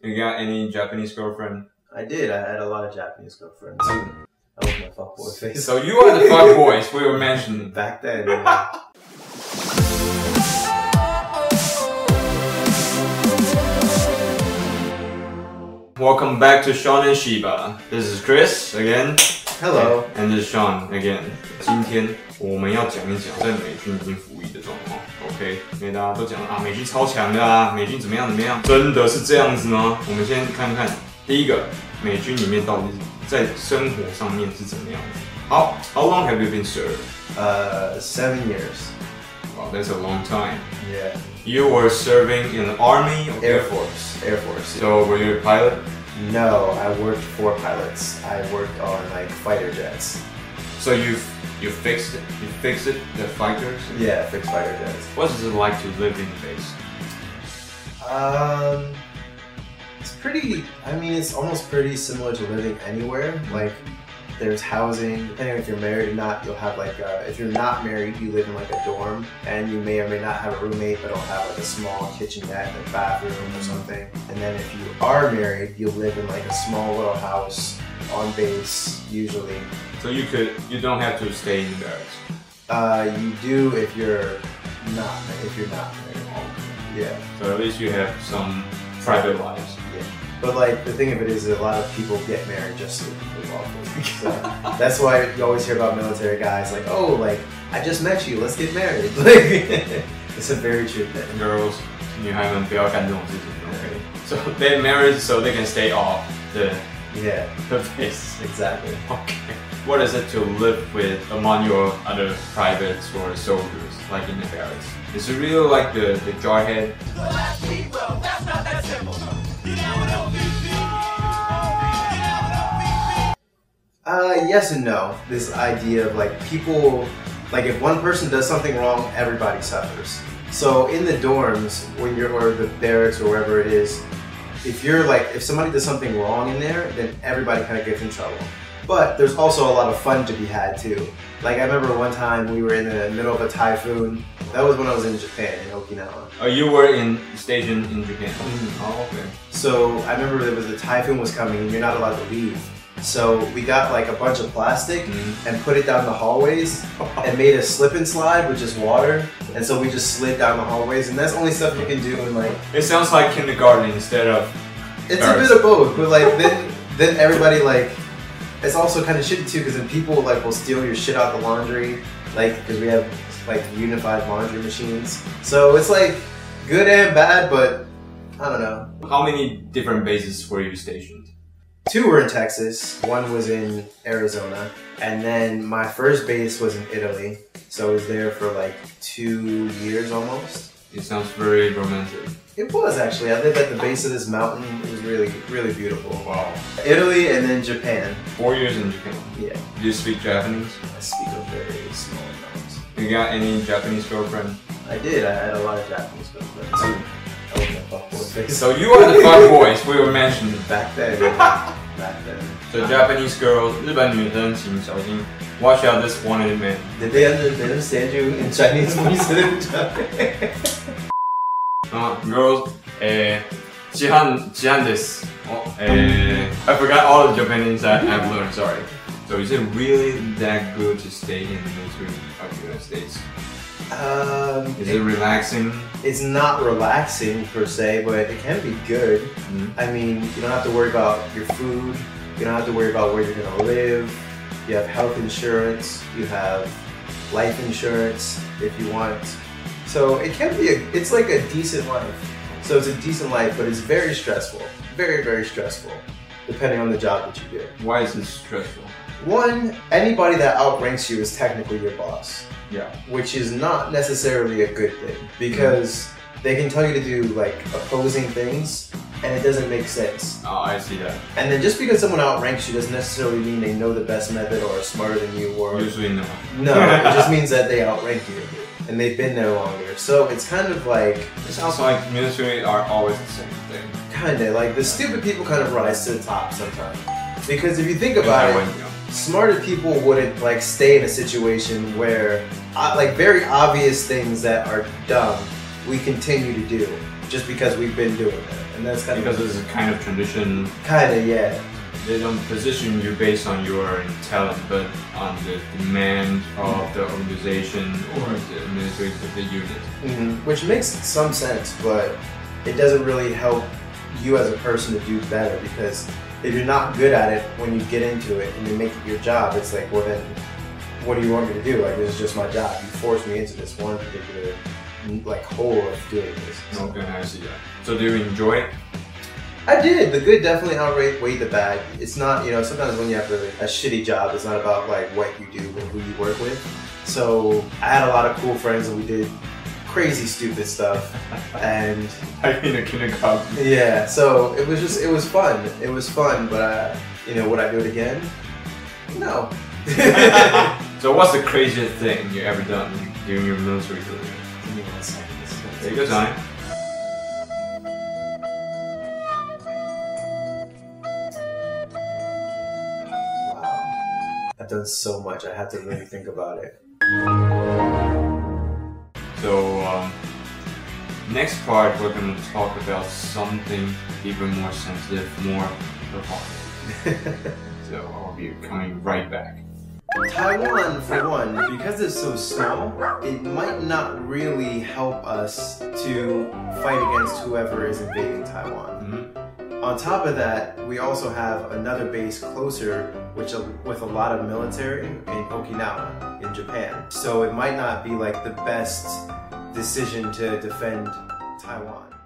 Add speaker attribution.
Speaker 1: You got any Japanese girlfriend?
Speaker 2: I did. I had a lot of Japanese girlfriends. I was my fuckboy face.
Speaker 1: So you are the fuck boys we were mentioning.
Speaker 2: Back then, yeah.
Speaker 1: Welcome back to Sean and Shiba. This is Chris again.
Speaker 2: hello.
Speaker 1: And this is Sean again. 今天我们要讲一讲在美军已经服役的状况。OK，因为大家都讲啊，美军超强的啊，美军怎么样怎么样，真的是这样子吗？我们先看看第一个，美军里面到底在生活上面是怎么样的。好，How long have you been served?
Speaker 2: Uh, seven years.
Speaker 1: Wow, that's a long time.
Speaker 2: Yeah.
Speaker 1: You were serving in the army or
Speaker 2: Air Force. Air Force.
Speaker 1: So were you a pilot?
Speaker 2: No, I worked for pilots. I worked on like fighter jets.
Speaker 1: So you you fixed it. You fixed it. The fighters.
Speaker 2: Yeah, fixed fighter jets.
Speaker 1: What is it like to live in space?
Speaker 2: Um, it's pretty. I mean, it's almost pretty similar to living anywhere. Like, there's housing. Depending on if you're married or not, you'll have like a, if you're not married, you live in like a dorm, and you may or may not have a roommate, but it'll have like a small kitchenette and a bathroom or something. And then if you are married, you'll live in like a small little house on base usually.
Speaker 1: So you could you don't have to stay in barracks.
Speaker 2: Uh, you do if you're not if you're not married. Yeah.
Speaker 1: So at least you have some private lives.
Speaker 2: But like the thing of it is, a lot of people get married just to be lawful. So that's why you always hear about military guys like, oh, like I just met you, let's get married. Like it's a very true thing.
Speaker 1: Girls, 女孩们不要干这种事情。Okay. So they married so they can stay off the
Speaker 2: Yeah,
Speaker 1: the base.
Speaker 2: exactly.
Speaker 1: Okay. What is it to live with among your other privates or soldiers, like in the barracks? Is it really like the the jarhead?
Speaker 2: Uh, yes and no. This idea of like people, like if one person does something wrong, everybody suffers. So in the dorms, when you're or the barracks or wherever it is, if you're like if somebody does something wrong in there, then everybody kind of gets in trouble. But there's also a lot of fun to be had too. Like I remember one time we were in the middle of a typhoon. That was when I was in Japan in Okinawa.
Speaker 1: Oh, you were in stationed in Japan. Oh, okay.
Speaker 2: So I remember there was a typhoon was coming and you're not allowed to leave. So we got like a bunch of plastic
Speaker 1: Mm-hmm.
Speaker 2: and put it down the hallways and made a slip and slide with just water. And so we just slid down the hallways, and that's only stuff you can do in like
Speaker 1: It sounds like kindergarten instead of
Speaker 2: it's a bit of both. But like then then everybody like it's also kind of shitty too because then people like will steal your shit out the laundry like because we have like unified laundry machines. So it's like good and bad, but I don't know.
Speaker 1: how many different bases were you stationed?
Speaker 2: Two were in Texas, one was in Arizona, and then my first base was in Italy. So I was there for like two years almost.
Speaker 1: It sounds very romantic.
Speaker 2: It was actually. I lived at the base of this mountain. It was really, really beautiful.
Speaker 1: Wow.
Speaker 2: Italy and then Japan.
Speaker 1: Four years in Japan.
Speaker 2: Yeah,
Speaker 1: Do you speak Japanese?
Speaker 2: I speak a very small amount.
Speaker 1: You got any Japanese girlfriend?
Speaker 2: I did. I had a lot of Japanese girlfriends. I was a fuckboy face
Speaker 1: So you are the fuck boys we were mentioning.
Speaker 2: back then. back then.
Speaker 1: So Japanese girls, 日本女生请小心 watch out this wanted man.
Speaker 2: Did they, under, they understand you in Chinese when you said it in Japan?
Speaker 1: 啊、girls, Uh, eh, えー、違反、違反です。えー、I eh, forgot all the Japanese that I've learned, sorry. So is it really that good to stay in the military of the United States?
Speaker 2: Um,
Speaker 1: Is it relaxing?
Speaker 2: it's not relaxing per se, but it can be good.
Speaker 1: Mhm.
Speaker 2: I mean, you don't have to worry about your food. You don't have to worry about where you're gonna live. You have health insurance. You have life insurance if you want. So it can be a, it's like a decent life. So it's a decent life, but it's very stressful. Very, very stressful, depending on the job that you do.
Speaker 1: Why is it stressful?
Speaker 2: One, anybody that outranks you is technically your boss
Speaker 1: Yeah.
Speaker 2: which is not necessarily a good thing because they can tell you to do like opposing things and it doesn't make sense.
Speaker 1: Oh, I see that.
Speaker 2: And then just because someone outranks you doesn't necessarily mean they know the best method or are smarter than you or
Speaker 1: Usually no.
Speaker 2: no, it just means that they outrank you and they've been there longer. So it's kind of like
Speaker 1: It sounds like military are always the same thing.
Speaker 2: kind of like the stupid people kind of rise to the top sometimes. Because if you think
Speaker 1: In
Speaker 2: about it,
Speaker 1: Taiwan, you know.
Speaker 2: smarter people wouldn't like stay in a situation where uh, like very obvious things that are dumb we continue to do just because we've been doing it and and that's kind
Speaker 1: Because
Speaker 2: of
Speaker 1: this is a kind of tradition.
Speaker 2: kind of yeah,
Speaker 1: They don't position you based on your talent, but on the demand of the organization or the administration of the unit.
Speaker 2: which makes some sense, but it doesn't really help you as a person to do better because if you're not good at it when you get into it and you make it your job, it's like well then, what do you want me to do? Like this is just my job. You forced me into this one particular like hole of doing this. So-
Speaker 1: Okay, I see that. So do you enjoy it?
Speaker 2: I did. The good definitely outweighed the bad. It's not, you know, sometimes when you have a, a shitty job, it's not about like what you do and who you work with. So I had a lot of cool friends and we did crazy stupid stuff. And
Speaker 1: I've been a kindergarten.
Speaker 2: yeah, so it was just, it was fun. It was fun, but I, you know, would I do it again? No. Give
Speaker 1: so what's the craziest thing you ever done during your military career?
Speaker 2: me one second.
Speaker 1: Take your time.
Speaker 2: Wow. I've done so much. I had to really think about it.
Speaker 1: So um, next part we're gonna talk about something even more sensitive, more provocative. So I'll be coming right back.
Speaker 2: Taiwan, for one, because it's so small, it might not really help us to fight against whoever is invading Taiwan.
Speaker 1: Mhm.
Speaker 2: On top of that, we also have another base closer, which a- with a lot of military in Okinawa, in Japan. So it might not be like the best decision to defend Taiwan.